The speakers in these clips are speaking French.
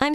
I'm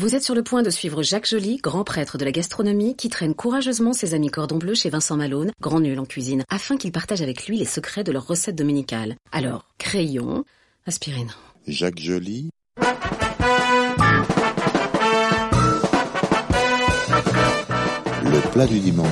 Vous êtes sur le point de suivre Jacques Joly, grand prêtre de la gastronomie, qui traîne courageusement ses amis cordon bleu chez Vincent Malone, grand nul en cuisine, afin qu'il partage avec lui les secrets de leurs recettes dominicales. Alors, crayon, aspirine. Jacques Joly, le plat du dimanche.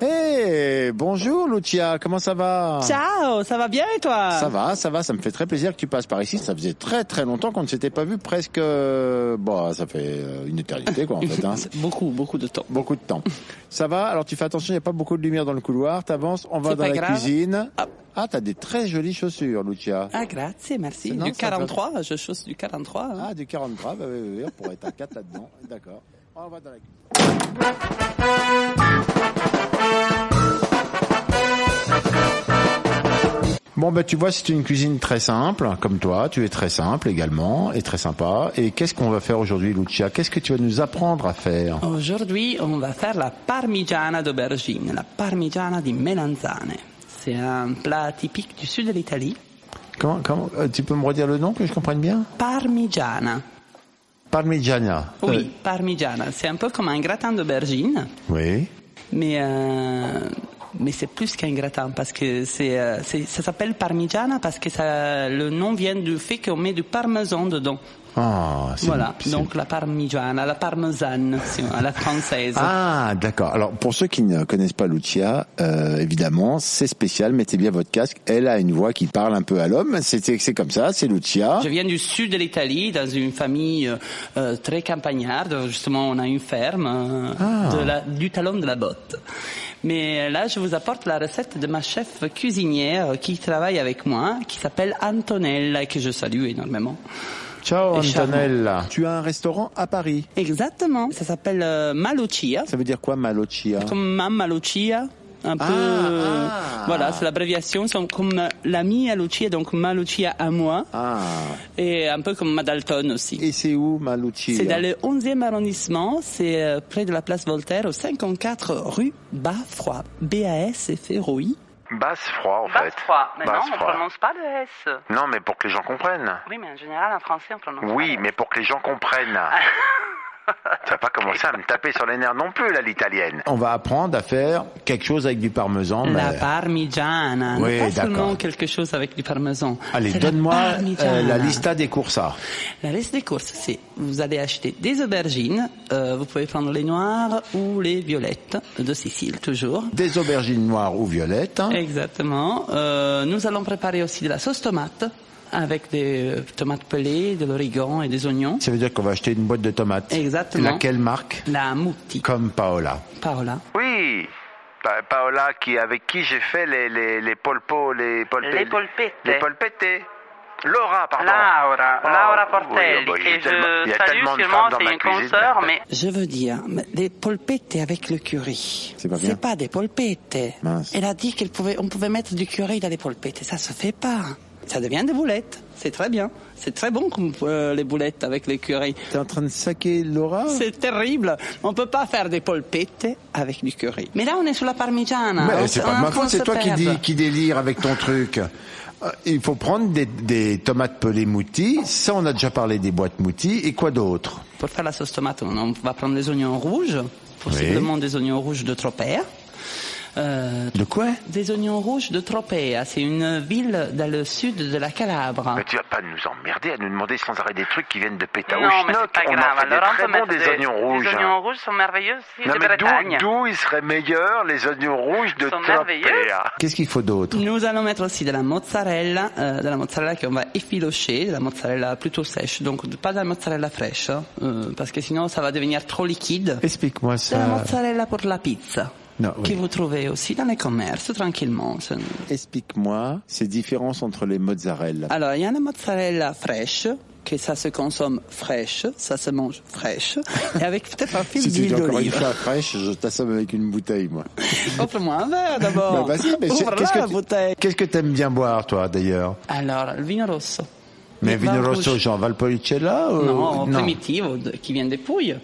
Eh, bonjour Lucia, comment ça va Ciao, ça va bien et toi Ça va, ça va, ça me fait très plaisir que tu passes par ici. Ça faisait très très longtemps qu'on ne s'était pas vu, presque... euh, Bah, ça fait euh, une éternité quoi en fait. hein. Beaucoup, beaucoup de temps. Beaucoup de temps. Ça va Alors tu fais attention, il n'y a pas beaucoup de lumière dans le couloir. T'avances, on va C'est dans pas la grave. cuisine. Hop. Ah, t'as des très jolies chaussures, Lucia. Ah, grazie, merci. Non, du ça 43, je chausse du 43. hein. Ah, du 40 grammes, bah oui, oui, oui, on pourrait être à 4 là-dedans. D'accord. Oh, On va dans la cuisine. Bon, bah tu vois, c'est une cuisine très simple, comme toi. Tu es très simple également et très sympa. Et qu'est-ce qu'on va faire aujourd'hui, Lucia Qu'est-ce que tu vas nous apprendre à faire Ah. Aujourd'hui, on va faire la parmigiana d'aubergine, la parmigiana di melanzane. C'est un plat typique du sud de l'Italie. Comment, comment euh, Tu peux me redire le nom que je comprenne bien Parmigiana. Parmigiana. Oui, Euh, parmigiana. C'est un peu comme un gratin d'aubergine, oui. mais euh, mais c'est plus qu'un gratin parce que c'est euh, c'est- ça s'appelle parmigiana parce que ça le nom vient du fait qu'on met du parmesan dedans. Ah, c'est- Voilà, c'est- donc la parmigiana, la parmesane, si on- à la française. Ah, d'accord. Alors, pour ceux qui ne connaissent pas Lucia, euh, évidemment, c'est spécial. Mettez bien votre casque. Elle a une voix qui parle un peu à l'homme. C'est c'est comme ça, c'est Lucia. Je viens du sud de l'Italie, dans une famille euh, euh, très campagnarde. Justement, on a une ferme euh, Ah. de la- du talon de la botte. Mais là, je vous apporte la recette de ma chef cuisinière euh, qui travaille avec moi, qui s'appelle Antonella et que je salue énormément. Ciao, Et charmant. Antonella. Tu as un restaurant à Paris. Exactement. Ça s'appelle euh, Malucia, Ça veut dire quoi, ma Lucia comme Mamma Lucia. Un peu, euh, ah. voilà, c'est l'abréviation, c'est comme euh, l'ami à Lucia, donc ma Lucia à moi, Ah, et un peu comme Madalton aussi. et c'est où, ma Lucia C'est dans le 11e arrondissement, c'est euh, près de la place Voltaire, au 54 rue Bas-Froid. B-A-S-F-R-O-I. Basse froid, en pas le S. Non, mais pour que les gens comprennent. Oui, mais en général, en français, on prononce mais pour que les gens comprennent. Tu vas pas commencer à me taper sur les nerfs non plus, là, l'italienne. On va apprendre à faire quelque chose avec du parmesan. La mais- parmigiana. Oui, pas d'accord. seulement quelque chose avec du parmesan. Allez, C'est la donne-moi parmigiana. euh, la lista des coursa. La liste des courses, c'est vous allez acheter des aubergines, euh, vous pouvez prendre les noires ou les violettes, de Sicile toujours. Des aubergines noires ou violettes. hein. Exactement. Euh, nous allons préparer aussi de la sauce tomate avec des euh, tomates pelées, de l'origan et des oignons. Ça veut dire qu'on va acheter une boîte de tomates. Exactement. Laquelle marque La mouti. Comme Paola. Paola. Oui, Pa- Paola qui avec qui j'ai fait les les les polpo, les polpes, Les polpette. les polpette. Laura pardon. Laura, Oh, Laura oui, Portelli, oh, bah, il y a que tellement- il y je a salue tellement de sûrement, femmes dans c'est ma une cuisine. consoeur, mais... Je veux dire, mais des polpettes avec le curry. C'est pas bien. des polpettes. Mince. Elle a dit qu'on pouvait, on pouvait mettre du curry dans les polpettes. Ça se fait pas. Ça devient des boulettes. C'est très bien. C'est très bon comme euh, les boulettes avec le curry. T'es en train de saquer Laura C'est terrible. On peut pas faire des polpettes avec du curry. Mais là, on est sur la parmigiana. Mais On- c'est on est pas en ma train faute, de c'est se toi qui, perdre. dis- qui délire avec ton truc. Euh, Il faut prendre des, des tomates pelées moutis. Ça, on a déjà parlé des boîtes moutis. Et quoi d'autre Pour faire la sauce tomate, on on va prendre des oignons rouges, possiblement des oignons rouges de tropea. euh, De quoi des oignons rouges de Tropea. C'est une ville dans le sud de la Calabre. Mais tu vas pas nous emmerder à nous demander sans arrêt des trucs qui viennent de Pétaouche. Non, mais c'est pas on grave. en fait des Alors, on très peut bons mettre des, des- oignons rouges. Les hein. oignons rouges sont merveilleux aussi Non, de mais Bretagne. d'où, d'où ils seraient meilleurs, les oignons rouges de Ils sont merveilleux. Tropea Qu'est-ce qu'il faut d'autre Nous allons mettre aussi de la mozzarella, euh, de la mozzarella qu'on va effilocher, de la mozzarella plutôt sèche, donc de- pas de la mozzarella fraîche, hein, euh, parce que sinon ça va devenir trop liquide. Explique-moi De la ça. mozzarella pour la pizza, Non, oui. que vous trouvez aussi dans les commerces tranquillement. C'est- Explique-moi ces différences entre les mozzarella. Alors, il y a la mozzarella fraîche, que ça se consomme fraîche, ça se mange fraîche, et avec peut-être un fil si tu dis d'huile encore une d'olive. fois fraîche, je t'assomme avec une bouteille, moi. Offre-moi un verre d'abord. Bah, vas-y, mais c'est- Ouvre-la, qu'est-ce que la tu- bouteille. Qu'est-ce que t'aimes bien boire, toi, d'ailleurs Alors, le vino rosso. Mais Le vin vino rosso, rouge. genre Valpolicella ou... Non, primitivo, de- qui vient des Pouilles.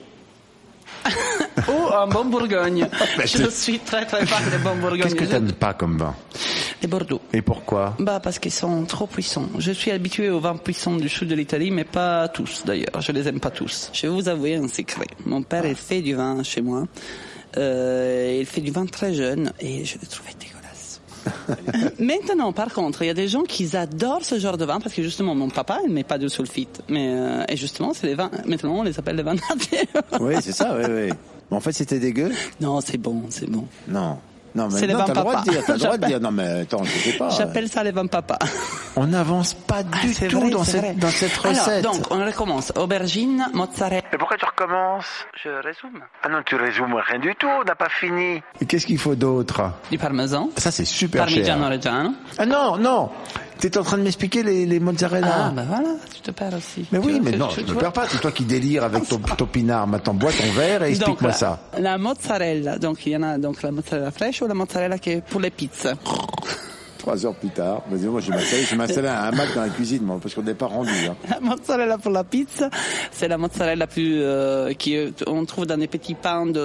Ou un bon Bourgogne. Ben, je c'est- suis très très fan des bons Bourgognes. Qu'est-ce que t'aimes pas comme vin Les Bordeaux. Et pourquoi Bah parce qu'ils sont trop puissants. Je suis habitué aux vins puissants du sud de l'Italie, mais pas tous d'ailleurs. Je les aime pas tous. Je vais vous avouer un secret. Mon père, il fait du vin chez moi. Euh, il fait du vin très jeune et je le trouvais dégueulasse. Maintenant, par contre, il y a des gens qui adorent ce genre de vin parce que justement, mon papa, il met pas de sulfite. Mais euh, et justement, c'est les vins. Maintenant, on les appelle les vins naturels. Oui, c'est ça, oui, oui. Mais en fait, c'était dégueu non, c'est bon, c'est bon. Non. Non, mais C'est les non, vins t'as le droit de papa. dire, t'as le droit de J'appelle- dire. Non, mais attends, je sais pas. Oh. J'appelle ça les vins papa. On n'avance pas Ah, du c'est tout vrai, dans, c'est vrai. cette, dans cette recette. Alors, donc, on recommence. Aubergine, mozzarella. Mais pourquoi tu recommences Je résume. Ah non, tu résumes rien du tout, on n'a pas fini. Et Qu'est-ce qu'il faut d'autre Du parmesan. Ça, c'est super Parmigiano cher. reggiano. Ah non, non T'es en train de m'expliquer les, les mozzarella. Ah, ben voilà, tu te perds aussi. Mais Tu oui, vois, mais tu- non, tu- je tu ne vois. perds pas. C'est toi qui délire avec ton, ton pinard. Maintenant, bois ton verre et Donc, explique-moi la- ça. La mozzarella, donc il y en a donc la mozzarella fraîche ou la mozzarella qui est pour les pizzas. Trois heures plus tard, vas-y, moi je vais m'installer- je vais m'installer à un Mac dans la cuisine, moi, parce qu'on n'est pas rendu. Hein. La mozzarella pour la pizza, c'est la mozzarella plus euh, qui est- on trouve dans des petits pains de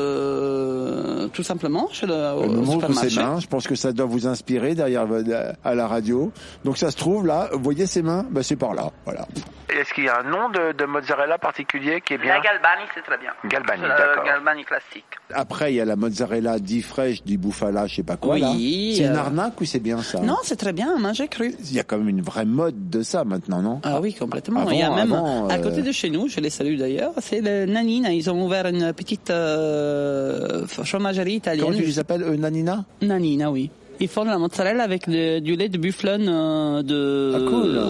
tout simplement chez le, au, Le au moment où c'est supermarché. mains, je pense que ça doit vous inspirer derrière euh, à la radio. Donc ça se trouve là, vous voyez ses mains, bah, c'est par là, voilà. Est-ce qu'il y a un nom de, de mozzarella particulier qui est bien Galbani, c'est très bien. Euh, Galbani, C'est la d'accord. Galbani classique. Après il y a la mozzarella dit fraîche, dit bouffala, je sais pas quoi là. Oui, C'est une euh, arnaque ou c'est bien ça Non, c'est très bien à manger cru. Il y a quand même une vraie mode de ça maintenant, non Ah oui, complètement. Avant- Il y a même avant, à euh, côté de chez nous, je les salue d'ailleurs, c'est le Nanina. Ils ont ouvert une petite euh, fromagerie Comment tu italienne. les appelles euh, Nanina Nanina, oui. Ils font de la mozzarella avec le- du lait de bufflon euh, de Ah,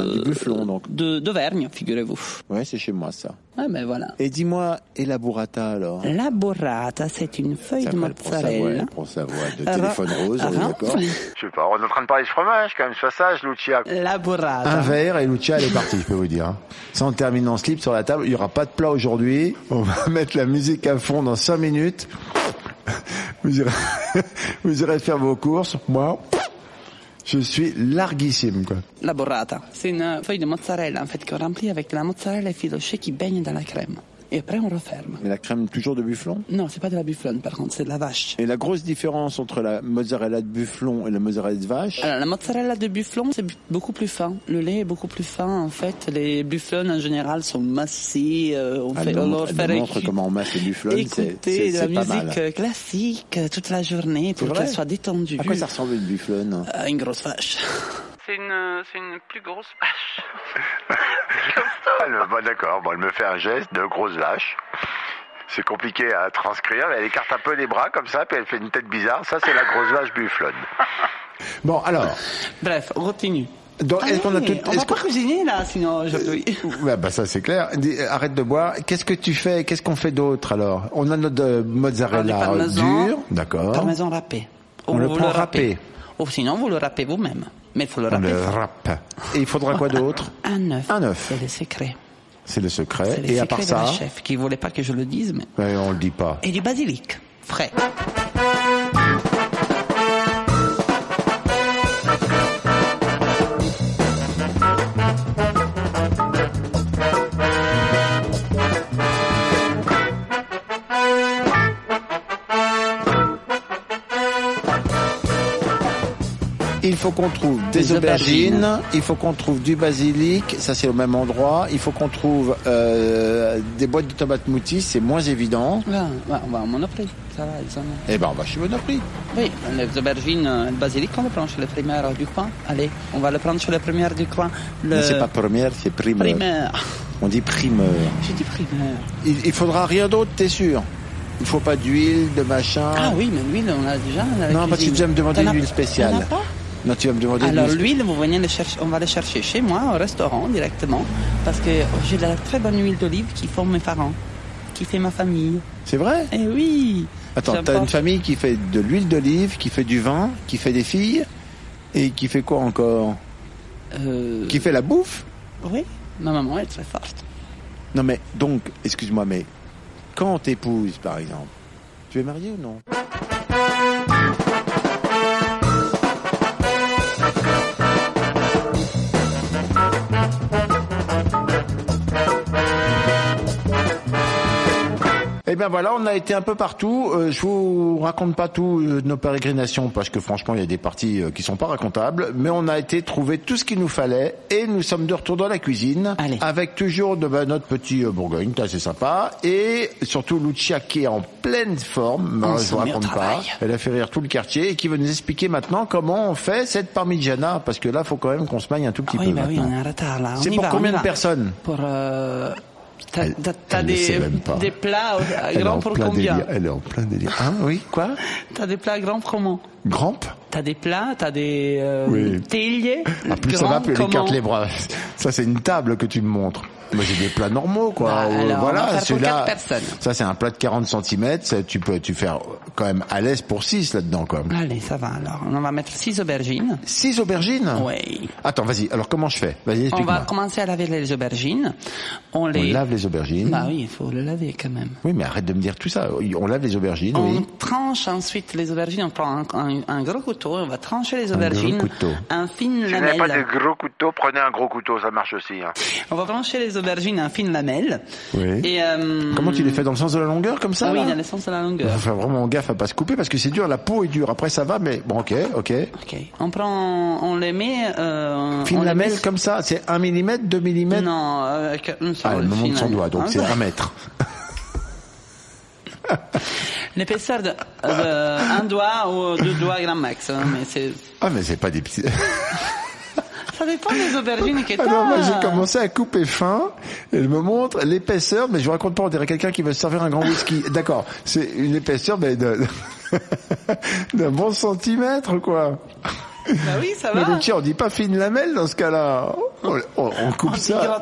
cool, du bufflon, donc. de d'Auvergne, figurez-vous. Ouais, c'est chez moi ça. Ah ben voilà. Et dis-moi, et la burrata alors La burrata, c'est une feuille Ça de va, elle prend sa voix, mozzarella. elle prend sa voix de Ah, téléphone rose, on est ah, d'accord Je sais pas, on est en train de parler de fromage quand même, sois sage, Lucia. La burrata. Un verre et Lucia, elle est partie, je peux vous dire. Ça, on termine en slip sur la table. Il n'y aura pas de plat aujourd'hui. On va mettre la musique à fond dans 5 minutes. Vous irez, vous irez faire vos courses. Moi, je suis larguissime, quoi. La burrata, c'est une euh, feuille de mozzarella en fait qu'on remplit avec de la mozzarella effilochée qui baigne dans la crème. Et après on referme. Mais la crème toujours de bufflon Non, c'est pas de la bufflonne par contre, c'est de la vache. Et la grosse différence entre la mozzarella de bufflon et la mozzarella de vache Alors, la mozzarella de bufflon, c'est bu- beaucoup plus fin. Le lait est beaucoup plus fin, en fait. Les bufflons, en général, sont massés. euh, on Ah, Elle fait, nous on montre- leur elle fait nous montre écu- comment on masse les bufflons, c'est- c'est- Écouter de la c'est pas mal. musique euh, classique euh, toute la journée pour vrai qu'elle soit détendue. à quoi ça ressemble une bufflonne À une grosse vache. C'est une, plus grosse vache. Ah, bon, d'accord, bon, elle me fait un geste de grosse lâche. C'est compliqué à transcrire, mais elle écarte un peu les bras comme ça, puis elle fait une tête bizarre. Ça, c'est la grosse lâche bufflonne. Bon, alors, Bref, on continue. donc, est-ce qu'on Ah a Allez, tout... Ah on est-ce va qu'on- pas cuisiner là, sinon aujourd'hui. Ouais, bah ça c'est clair. Dis, euh, Arrête de boire. Qu'est-ce que tu fais Qu'est-ce qu'on fait d'autre alors On a notre euh, mozzarella Alors, du parmesan. dure, d'accord. Oh. Parmesan râpé. On le Vous prend râpez. râpé. Ou sinon, vous le râpez vous-même. Mais il faut le On râper. le râpe. Et il faudra quoi d'autre Un œuf. Un œuf. C'est le secret. C'est le secret. C'est le Et à secret part de ça, la chef qui voulait pas que je le dise, mais. ouais, on le dit pas. Et du basilic frais. Il faut qu'on trouve des, Des aubergines, aubergines. il faut qu'on trouve du basilic, ça c'est au même endroit, il faut qu'on trouve euh, des boîtes de tomates moutis, c'est moins évident. Va, va, va au Monoprix, ça va, ils en ont. Eh ben on va chez Monoprix. Oui, les aubergines, euh, le basilic, on le prend chez les primaires du coin. Allez, on va le prendre chez les primaires du coin. Le Mais C'est pas première, c'est primeur. primaire. On dit primeur. J'ai dit primaire. Il, il faudra rien d'autre, t'es sûr Il faut pas d'huile, de machin. Ah oui, mais l'huile, on l'a déjà. dans la Non, parce que tu cuisine. vas me demander T'en as- une huile spéciale. t'en as pas Non, tu vas me demander une Alors huile l'huile, vous venez le chercher, on va le chercher chez moi au restaurant directement parce que j'ai de la très bonne huile d'olive qui font mes parents, qui fait ma famille. spéciale. C'est vrai Eh oui. Attends, t'as une J'importe- famille qui fait de l'huile d'olive, qui fait du vin, qui fait des filles, et qui fait quoi encore Euh, Qui fait la bouffe Oui, ma maman est très forte. Non mais donc, excuse-moi, mais quand t'épouses par exemple, tu es marié ou non Eh bien voilà, on a été un peu partout. Euh, je vous raconte pas tout euh, de nos pérégrinations parce que franchement, il y a des parties euh, qui sont pas racontables. Mais on a été trouver tout ce qu'il nous fallait et nous sommes de retour dans la cuisine Allez. avec toujours de, bah, notre petit euh, Bourgogne, c'est assez sympa, et surtout Lucia qui est en pleine forme. On je se vous met au raconte pas. travail. Elle a fait rire tout le quartier et qui va nous expliquer maintenant comment on fait cette parmigiana parce que là, faut quand même qu'on se maille un tout petit Ah oui, peu. bah oui, maintenant. on est en retard là. On C'est y pour va, on combien y de va. personnes Pour euh, t'as, Elle- t'as- t'as elle le sait des, même pas. des plats euh, grands pour combien Elle est en plein délire. Hein, oui, quoi T'as des plats grands comment Grampe T'as des plats, t'as des euh, Oui. théiers. Ah, plus ça va, grands plus elle écarte comment les bras. Ça, c'est une table que tu me montres. Moi, j'ai des plats normaux, quoi. Bah, Euh, alors, on va voilà, faire pour celui-là. quatre personnes. Ça, c'est un plat de 40 cm. Tu peux, tu faire quand même à l'aise pour 6 là-dedans, quoi. Allez, ça va alors. On va mettre six aubergines. 6 aubergines? Oui. Attends, vas-y. Alors, comment je fais? Vas-y, On va explique-moi. commencer à laver les aubergines. On On les. lave les aubergines. Bah oui, il faut le laver quand même. Oui, mais arrête de me dire tout ça. On lave les aubergines, On oui. tranche ensuite les aubergines. On prend un, un- un gros couteau, on va trancher les gros aubergines. couteau. En fines Si vous n'avez pas de lamelles. gros couteau, prenez un gros couteau, ça marche aussi. hein. On va trancher les aubergines en fines lamelles. Oui. Et, euh, Comment tu les fais dans le sens de la longueur, comme ça? Ah oui, là dans le sens de la Il longueur. faut faire vraiment gaffe à pas se couper parce que c'est dur, la peau est dure. Après, ça va, mais bon, ok, ok. Ok. On prend, on les met. Euh, on Fine les lamelle met- comme ça, c'est 1 mm, 2 mm? Non, avec une seule Ah, elle me fine montre son lamelle. doigt, donc Ah, c'est bah. 1 mètre. L'épaisseur de, de un doigt ou deux doigts grand max. hein, mais c'est, Ah, mais c'est pas des petits. ça dépend des aubergines que t'as. Alors, Ah, moi, j'ai commencé à couper fin. Elle me montre l'épaisseur, mais je vous raconte pas, on dirait quelqu'un qui veut se servir un grand whisky. D'accord. C'est une épaisseur, mais de- d'un bon centimètre, quoi. Bah oui, ça Mais va. le tien, on dit pas fine lamelle dans ce cas-là. On, on- on coupe On dit ça. grand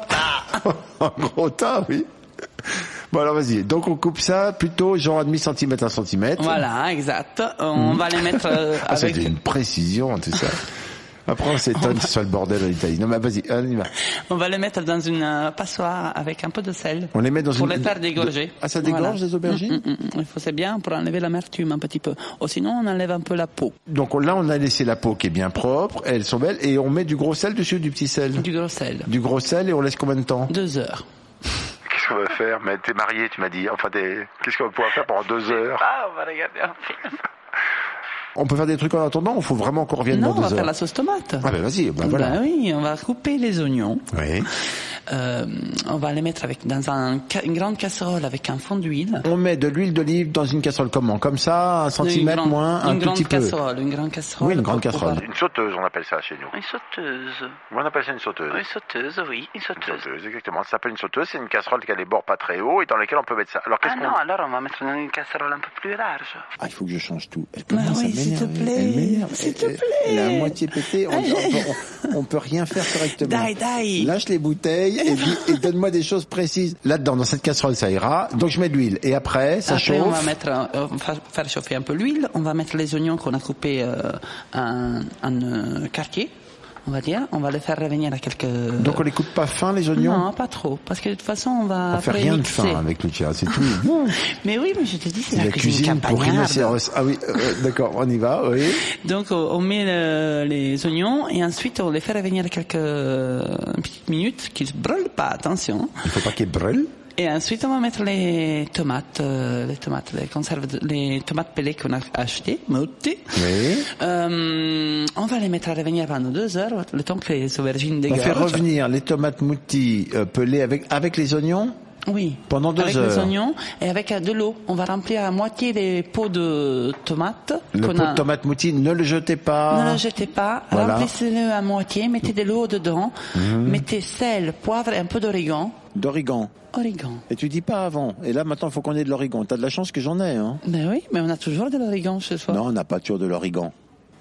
tas. en gros tas, oui. Bon, alors, vas-y. Donc, on coupe ça plutôt genre à demi centimètre, un centimètre. Voilà, exact. On va les mettre euh, Hmm. Ah, ça avec. c'est une précision, tout ça. Après, on s'étonne que ce soit le bordel en Italie. Non, mais vas-y, on y va. On va les mettre dans une euh, passoire avec un peu de sel. On les met dans pour une- les faire dégorger. Ah, ça dégorge, les aubergines Mm, mm, mm. Il faut c'est bien pour enlever l'amertume un petit peu. Ou sinon on enlève un peu la peau. Donc on- là, on a laissé la peau qui est bien propre, elles sont belles, et on met du gros sel dessus, du petit sel. Du gros sel. Du gros sel, et on laisse combien de temps Deux heures. Qu'est-ce qu'on va faire Mais t'es marié, tu m'as dit. Enfin, t'es- qu'est-ce qu'on va pouvoir faire pendant deux heures Ah, on va regarder un film. On peut faire des trucs en attendant, ou faut vraiment qu'on revienne Non, on dans va deux faire heures la sauce tomate. Ah ben vas-y, ben voilà. Bah oui, on va couper les oignons. Oui. Euh, on va les mettre avec dans un, ca- une grande casserole avec un fond d'huile. On met de l'huile d'olive dans une casserole comment Comme ça, un centimètre grande- moins, un une tout grande petit peu. casserole, une grande casserole. Oui, une grande pour pouvoir- casserole. Une sauteuse, on appelle ça chez nous. Une sauteuse. On appelle ça une sauteuse. Une sauteuse, oui, une Une sauteuse. sauteuse, exactement. Ça s'appelle une sauteuse, c'est une casserole qui a les bords pas très hauts et dans lesquels on peut mettre ça. Alors qu'est-ce Ah qu'on non, alors on va mettre dans une casserole un peu plus large. Ah, il faut que je change tout. Elle Mais commence à oui, s'il te m'énerver, plaît, elle m'énerve. s'il te Elle- plaît. Elle est à moitié pétée. On, on, Allez. on- on peut rien faire correctement. Die, die. Lâche les bouteilles et, dis- et donne-moi des choses précises. Là-dedans, dans cette casserole, ça ira. Donc je mets de l'huile. Et après, ça Après, chauffe. on va mettre, euh, on va faire chauffer un peu l'huile. On va mettre les oignons qu'on a coupés euh, en, en, euh, quartier, on va dire. On va les faire revenir à quelques. Donc on les coupe pas fin les oignons. non, pas trop, parce que de toute façon, on va On fait Ah, rien de prémixer. fin avec Lucia, c'est tout. Mais oui, mais je te dis, c'est C'est Ah, la, la cuisine pour campagnarde. rhinocéros. Ah oui, euh, d'accord, on y va, oui. Donc on on met le- les oignons et ensuite on les fait revenir quelques euh, petites minutes qu'ils brûlent pas, attention, Il faut pas qu'elle brûle. Et ensuite, on va mettre les tomates, euh, les tomates, les conserves, de- les tomates pelées qu'on a achetées, mottées. Oui. Euh, on va les mettre à revenir pendant deux heures, le temps que les aubergines On dégagent. fait revenir les tomates moutis euh, pelées avec, avec les oignons Oui. Pendant deux avec heures. les oignons et avec euh, de l'eau. On va remplir à moitié les pots de tomates. Le qu'on pot a- de tomates moutis, ne le jetez pas. Ne le jetez pas, Voilà. Mhm. remplissez-le à moitié, mettez de l'eau dedans, mettez sel, poivre et un peu d'origan. D'origan. Origan. Et tu dis pas avant. Et là, maintenant, faut qu'on ait de l'origan. T'as de la chance que j'en ai, hein. Ben oui, mais on a toujours de l'origan chez soi. Non, on n'a pas toujours de l'origan.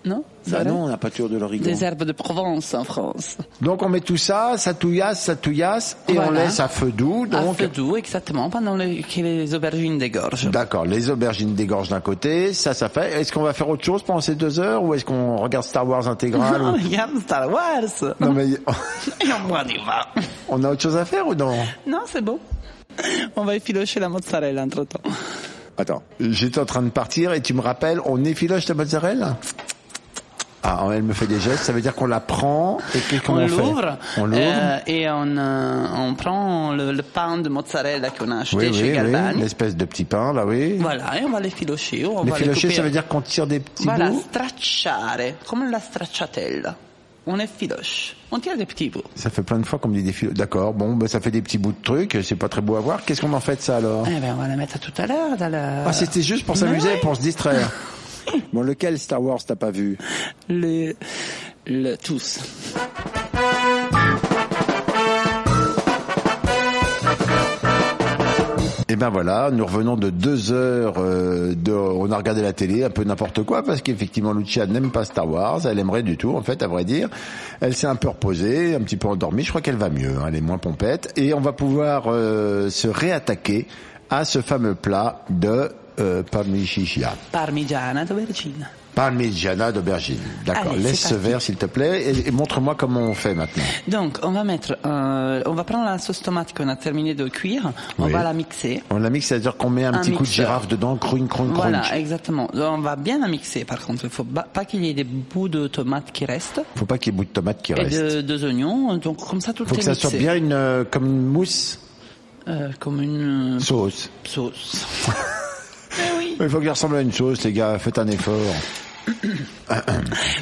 Non c'est Bah vrai non, on n'a pas toujours de l'origan. Des herbes de Provence en France. Donc on met tout ça, ça touillasse, ça touillasse, et on Voilà. laisse à feu doux. à Donc, feu doux, exactement, pendant le- que les aubergines dégorgent. d'accord, les aubergines dégorgent d'un côté, ça, ça fait. Est-ce qu'on va faire autre chose pendant ces deux heures, ou est-ce qu'on regarde Star Wars intégral Oh, ou- regarde Star Wars Non mais Et on boit du vin. on a autre chose à faire ou non Non, c'est bon. On va effilocher la mozzarella entre-temps. Attends, j'étais en train de partir et tu me rappelles, on effiloche ta mozzarella Ah, elle me fait des gestes, ça veut dire qu'on la prend et qu'est-ce qu'on on en fait l'ouvre On l'ouvre. euh, et on, euh, on prend le, le pain de mozzarella qu'on a acheté oui, chez oui, oui, Galvani. l'espèce de petit pain là, oui. Voilà, et on va les filocher. On Les va filochés, couper. ça veut dire qu'on tire des petits Voilà, bouts. stracciare, comme la stracciatella. On les filoche. On tire des petits bouts. Ça fait plein de fois qu'on me dit des filoches. D'accord, bon, ben, ça fait des petits bouts de trucs, c'est pas très beau à voir. Qu'est-ce qu'on en fait de ça alors Eh ben, on va les mettre tout à l'heure dans la... Ah, c'était juste pour Mais s'amuser, ouais. pour se distraire. bon, lequel Star Wars t'as pas vu Le... le... tous. Eh ben voilà, nous revenons de deux heures. euh, de, on a regardé la télé, un peu n'importe quoi, parce qu'effectivement Lucia n'aime pas Star Wars. Elle aimerait du tout, en fait, à vrai dire. Elle s'est un peu reposée, un petit peu endormie. Je crois qu'elle va mieux. hein, elle est moins pompette, et on va pouvoir euh, se réattaquer à ce fameux plat de euh, parmigiana, Parmigiana d'aubergine. parmigiana d'aubergine. D'accord. Allez, Laisse c'est ce parti. verre, s'il te plaît, et, et montre-moi comment on fait maintenant. Donc, on va mettre... euh, on va prendre la sauce tomate qu'on a terminé de cuire. On Oui. va la mixer. On la mixe, c'est-à-dire qu'on met un, Un petit coup de mixeur. girafe dedans, crunch, crunch, crunch. Voilà, exactement. On va bien la mixer, par contre. Il faut ba- pas qu'il y ait des bouts de tomates qui restent. Faut pas qu'il y ait bout de tomate qui Et reste. de, deux oignons. Donc, comme ça, tout Faut est que ça mixé. soit bien une euh, comme une mousse Euh, comme une euh, sauce. sauce. Eh oui. Il faut que ça ressemble à une sauce, les gars. Faites un effort.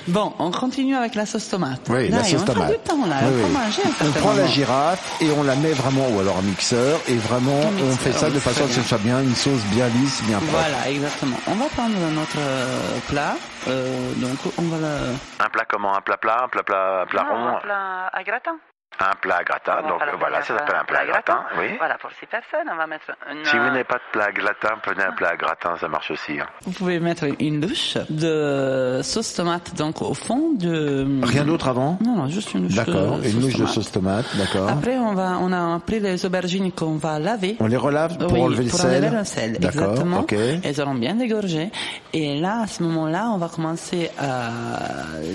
Bon, on continue avec la sauce tomate. Oui, la Là, sauce on prend tomate. du temps, là. Oui, on oui. faut manger, hein, à un On certain prend la moment. girafe et on la met vraiment, ou alors un mixeur, et vraiment Un mixeur, on fait ça de oui, façon très à ce que ce bien. soit bien une sauce bien lisse, bien propre. Voilà, exactement. On va prendre notre euh, plat. Euh, donc, on va le... Un plat comment Un plat plat, un plat plat, un plat rond, un plat, plat à gratin. à gratin. Donc euh, voilà, ça s'appelle un plat à gratin. Oui. Voilà, pour six personnes, on va mettre une... euh, Si vous n'avez pas de plat à gratin, prenez un plat à gratin, ça marche aussi. hein. Vous pouvez mettre une douche de sauce tomate donc au fond de Rien d'autre avant Non non juste une douche D'accord. de Une euh, sauce mouche de tomate. sauce tomate, d'accord. Après on va on a pris les aubergines qu'on va laver. On les relave pour Oui, enlever le pour sel. enlever le sel, D'accord, exactement. ok. Elles auront bien dégorgé. Et là, à ce moment-là, on va commencer à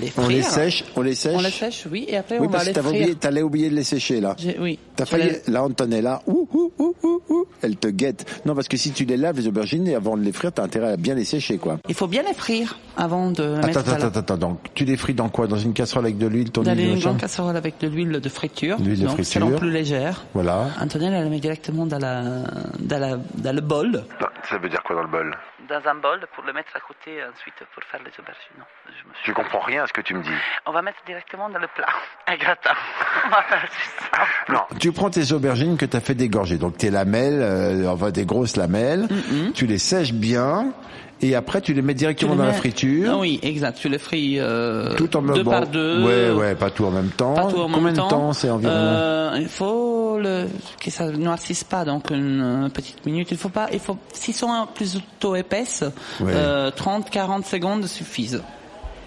les frire. On les sèche, on les sèche. On les sèche, oui, et après Oui, on va parce que les t'avais frire. oublié, t'allais oublier de les sécher là. J'ai- oui. T'as Je failli, les- là Antonella, ouh, ouh, ouh, ouh, ouh, elle te guette. Non, parce que si tu les laves, les aubergines, et avant de les frire, t'as intérêt à bien les sécher, quoi. Il faut bien les frire avant de les Attends, mettre à attends, la- attends, attends, donc, tu les frites dans quoi Dans une casserole avec de l'huile, ton D'aller huile une de grande cham- casserole avec de l'huile de friture. L'huile de donc, c'est friture. plus légère. Voilà. Antonelle, elle met directement dans, la, dans, la, dans le bol. Non, Ça veut dire quoi dans le bol Dans un bol pour le mettre à côté ensuite pour faire les aubergines. Non, je me suis- Je comprends rien à ce que tu me dis. On va mettre directement dans le plat. Un gratin. On va faire juste ça. Non, Tu prends tes aubergines que t'as fait dégorger, donc tes lamelles, euh, enfin des grosses lamelles, tu les sèches bien, et après tu les mets directement les dans la mets- friture, Ah oui, exact. Tu les frites euh, tout en deux bon, par deux. Ouais, ouais, pas tout en même temps. Pas tout en Combien même de temps. temps c'est environ Euh, Il faut le, que ça noircisse pas, donc une euh, petite minute. Il faut pas, il faut, s'ils sont plutôt épaisses, Ouais. euh, 30, 40 secondes suffisent.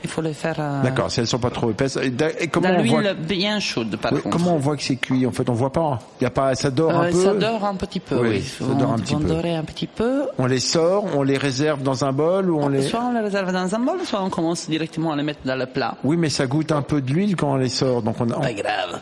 Il faut les faire. euh, D'accord, si elles sont pas trop épaisses. Et d'a- et comment Dans on l'huile voit bien chaude, par Oui, contre. comment on voit que c'est cuit En fait, on voit pas. Y a pas, ça dort un Euh, peu. ça dort un petit peu. Oui, Oui, ça On- dort un petit on peu. dorait un petit peu. On les sort, on les réserve dans un bol ou on les. Soit on les réserve dans un bol, soit on commence directement à les mettre dans le plat. Oui, mais ça goûte un peu de l'huile quand on les sort, donc on. a- Pas grave.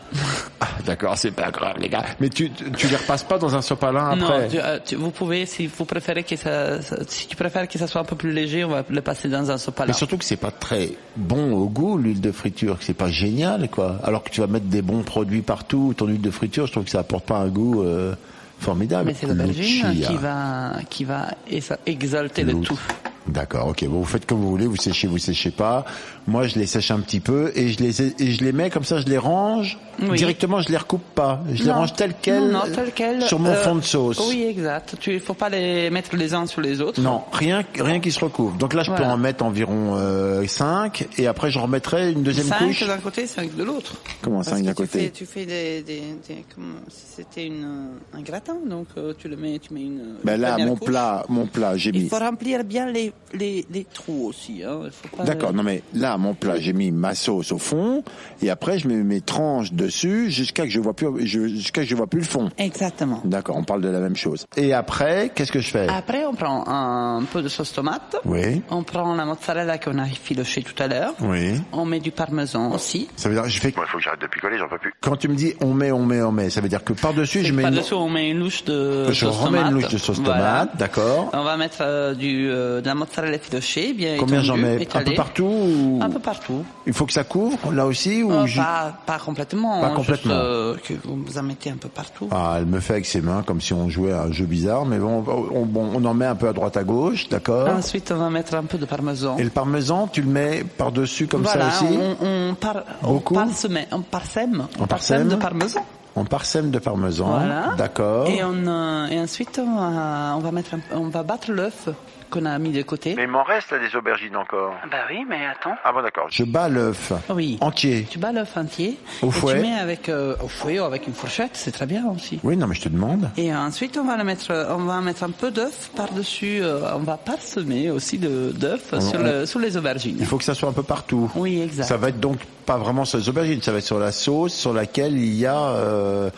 Ah, D'accord, c'est pas grave, les gars. Mais tu, tu tu les repasses pas dans un sopalin Non, après. tu- euh, tu- vous pouvez, si vous préférez que ça, ça- si tu préfères que ça soit un peu plus léger, on va le passer dans un sopalin. Mais surtout que c'est pas très bon au goût l'huile de friture, que c'est pas génial quoi. Alors que tu vas mettre des bons produits partout, ton huile de friture, je trouve que ça apporte pas un goût. euh, Formidable. Mais c'est l'aubergine Lucia. qui va, qui va exa- exalter le L'autre. tout. D'accord, ok. Bon, vous faites comme vous voulez, vous séchez, vous séchez pas. Moi, je les sèche un petit peu et je les, et je les mets comme ça, je les range. Oui. Directement, je les recoupe pas. Je les Non. range telles quelles. Non, non, telles quelles, Sur mon euh, fond de sauce. Oui, exact. Tu- Il ne faut pas les mettre les uns sur les autres. Non, rien, rien qui se recouvre. Donc là, je peux Voilà. en mettre environ 5 et après, je remettrai une deuxième 5 couche. d'un côté, 5 de l'autre. Comment Parce cinq que d'un tu côté fais- Tu fais des, des- des- comme si c'était une, un gratin, donc euh, tu le mets, tu mets une. Ben une là, première mon couche. plat, mon plat, j'ai Il mis. faut remplir bien les, les, les trous aussi. Hein. Il faut pas- D'accord, non mais là, mon plat, j'ai mis ma sauce au fond et après, je mets mes tranches dessus jusqu'à que je vois plus, je- jusqu'à que je vois plus le fond. Exactement. D'accord, on parle de la même chose. Et après, qu'est-ce que je fais Après, on prend un peu de sauce tomate. Oui. On prend la mozzarella qu'on a filochée tout à l'heure. Oui. On met du parmesan aussi. Ça veut dire, je fais. Moi, il faut que j'arrête de picoler, j'en peux plus. Quand tu me dis on met, on met, on met, ça veut dire que par-dessus, je mets. une- Par-dessous, on met une louche de Je sauce remets une tomate. louche de sauce Voilà. tomate, d'accord. On va mettre euh, du, euh, de la mozzarella filochée, bien Combien étendue, j'en mets Un étalée. peu partout ou- Un peu partout. Il faut que ça couvre là aussi ou Euh, ju- pas, pas complètement. Pas hein, complètement. juste, euh, que vous en mettez un peu partout. Ah, elle me fait avec ses mains comme si on jouait à un jeu bizarre, mais bon, on, bon, on en met un peu à droite à gauche, d'accord. Ensuite, on va mettre un peu de parmesan. Ah. Et le parmesan, tu le mets par-dessus comme voilà, ça aussi on, on, par, on, Beaucoup parsème, on parsème, On parsème Oh. on parsème de parmesan. On parsème de parmesan, Voilà. d'accord. Et, on, euh, et ensuite, on va, on va, mettre un- on va battre l'œuf qu'on a mis de côté. Mais il m'en reste là, des aubergines encore. Bah oui, mais attends. Ah bon, d'accord. Je bats l'œuf Oui. entier. Tu bats l'œuf entier. Au et fouet. Tu mets avec, euh, au fouet ou avec une fourchette, c'est très bien aussi. Oui, non, mais je te demande. Et ensuite, on va, le mettre, on va mettre un peu d'œuf par-dessus. euh, on va parsemer aussi de- d'œuf sur, le, sur les aubergines. Il faut que ça soit un peu partout. Oui, exact. Ça va être donc pas vraiment sur les aubergines, ça va être sur la sauce sur laquelle il y a euh,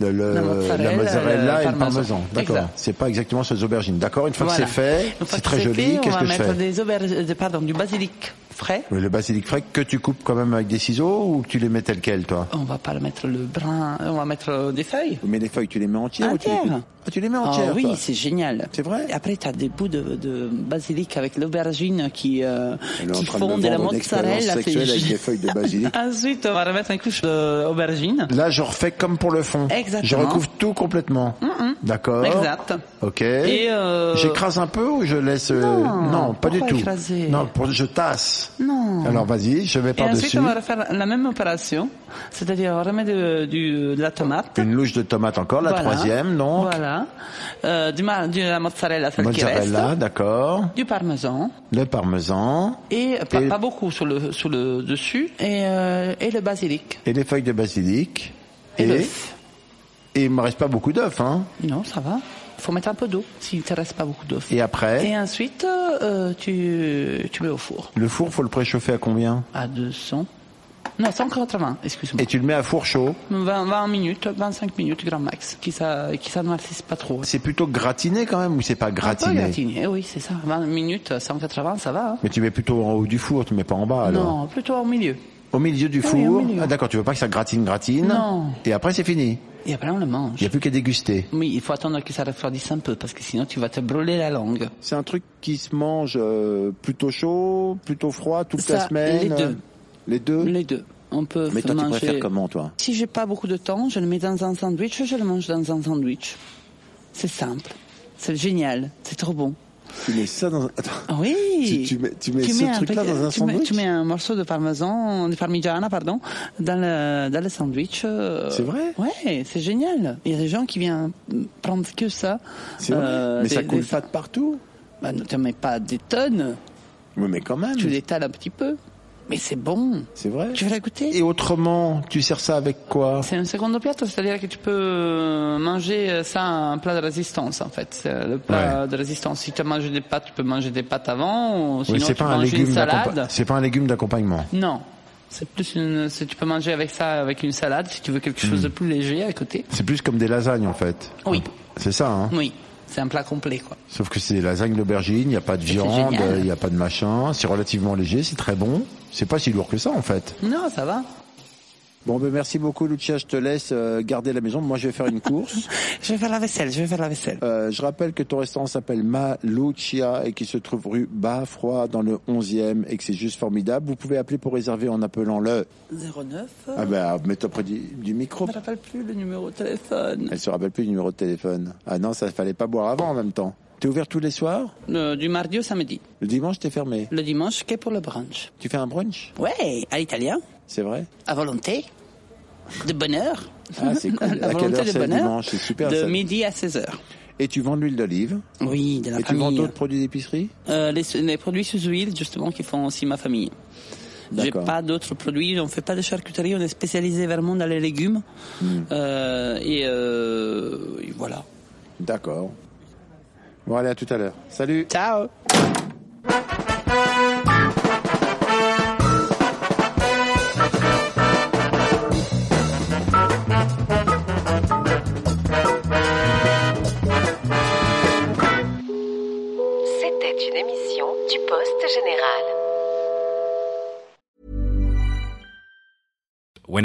le, le- La mozzarella, mozzarella le et le parmesan. parmesan. D'accord. Exact. C'est pas exactement sur les aubergines. D'accord. Une fois Voilà. que c'est fait, Une fois c'est que très fait, joli. on Qu'est-ce va que je mettre fais des auberges, euh, pardon, du basilic frais. Oui, Le basilic frais que tu coupes quand même avec des ciseaux ou que tu les mets tel quel, toi On va pas le mettre le brin, on va mettre euh, des feuilles. Mais les feuilles, tu les mets entières ou tu les- Entières. Ah, tu les mets Ah entières. oui, toi. c'est génial. C'est vrai Et Après, tu as des bouts de, de basilic avec l'aubergine qui, euh, Elle est en qui train de font me de la vendre une mozzarella. expérience c'est sexuelle avec génial. des feuilles de basilic. Ensuite, on va remettre une couche d'aubergine. Là, je refais comme pour le fond. Exactement. Mm, Je recouvre tout complètement. D'accord. Exact. Ok. Et, euh, J'écrase un peu ou je laisse euh, Non, pas du pourquoi tout. écraser Non, pour- je tasse. Non. Alors vas-y, je vais Et par ensuite, dessus. on va refaire la même opération, c'est-à-dire on remet de, du- de la tomate. Une louche de tomate encore, la Voilà. troisième, non Voilà. Euh, du, ma- de la mozzarella, celle qui Mozzarella, reste. d'accord. Du parmesan. Le parmesan Et, euh, pas, Et- pas beaucoup sur le, sur le dessus. Et, euh, et le basilic. et les feuilles de basilic. Et, et, l'œuf. et il me reste pas beaucoup d'œufs, hein. Non, ça va. Faut mettre un peu d'eau, s'il te reste pas beaucoup d'œufs. Et après, Et ensuite, euh, tu, tu mets au four. le four, faut le préchauffer à combien À 200. Non, 180, excuse-moi. Et tu le mets à four chaud. 20, 20 minutes, 25 minutes, grand max. Qui ça, qui ça ne noircisse pas trop. hein. C'est plutôt gratiné quand même ou c'est pas Pas gratiné gratiné, eh oui, c'est ça. 20 minutes, 180, ça va. hein. Mais tu mets plutôt en haut du four, tu mets pas en bas alors. Non, plutôt au milieu. Au milieu du Oui, four. au milieu. Ah, d'accord, tu veux pas que ça gratine, gratine. Non. Et après c'est fini. Et après, on le mange. Il y a plus qu'à déguster. Oui, il faut attendre que ça refroidisse un peu, parce que sinon, tu vas te brûler la langue. C'est un truc qui se mange euh, plutôt chaud, plutôt froid toute la Ça, semaine. euh, les deux. Les deux. Les deux. On peut Mais toi, tu manger- préfères comment, toi Si j'ai pas beaucoup de temps, je le mets dans un sandwich, je le mange dans un sandwich. C'est simple. C'est génial. C'est trop bon. Tu mets ça dans. un- Attends. Ah Oui. Tu- tu mets- tu mets ce un truc-là petit- dans un tu mets- sandwich tu mets un morceau de parmesan, de parmigiana, pardon, dans le, dans le sandwich. euh, C'est vrai Ouais, c'est génial. Il y a des gens qui viennent prendre que ça. C'est vrai. Euh, mais ça des- coule des- pas de partout. Bah, ne te mets pas des tonnes. Oui, mais quand même. Tu l'étales un petit peu. Mais c'est bon. C'est vrai. Tu veux la goûter Et autrement, tu sers ça avec quoi C'est un secondo piatto, c'est-à-dire que tu peux euh, manger ça un plat de résistance en fait. C'est euh, le plat de résistance. Si tu as mangé des pâtes, tu peux manger des pâtes avant. Ou Oui, sinon, c'est pas tu un manges une légume salade. d'accompa- C'est pas un légume d'accompagnement. Non, c'est plus une. c'est- Tu peux manger avec ça, avec une salade, si tu veux quelque Hmm. chose de plus léger à côté. C'est plus comme des lasagnes en fait. Oui. C'est ça. Hein Oui, c'est un plat complet quoi. Sauf que c'est des lasagnes d'aubergine, il n'y a pas de C'est viande, génial. il n'y a pas de machin, c'est relativement léger, c'est très bon. C'est pas si lourd que ça en fait. Non, ça va. Bon, ben merci beaucoup, Lucia. Je te laisse euh, garder la maison. Moi, je vais faire une course. Je vais faire la vaisselle, je vais faire la vaisselle. Euh, je rappelle que ton restaurant s'appelle Ma Lucia et qui se trouve rue Bas-Froid dans le 11e et que c'est juste formidable. Vous pouvez appeler pour réserver en appelant le... 09, Ah ben, mets-toi près du, du micro. je me rappelle plus le numéro de téléphone. Elle se rappelle plus du numéro de téléphone. Ah non, ça fallait pas boire avant en même temps. T'es ouvert tous les soirs Euh, du mardi au samedi. Le dimanche, t'es fermé. Le dimanche, qu'est pour le brunch. Tu fais un brunch Ouais, à l'italien, C'est vrai à volonté, de bonheur. Ah, c'est cool. À à quelle volonté heure de c'est le bonheur. dimanche C'est super, De ça. midi à 16h. Et tu vends de l'huile d'olive Oui, de la Et tu vends famille. d'autres produits d'épicerie Euh, les, les produits sous huile, justement, qui font aussi ma famille. J'ai D'accord. pas d'autres produits, on fait pas de charcuterie, on est spécialisé vraiment dans les légumes. Hmm. Euh, et, euh, et voilà. D'accord. Bon, allez, à tout à l'heure. Salut Ciao C'était une émission du Poste Général. when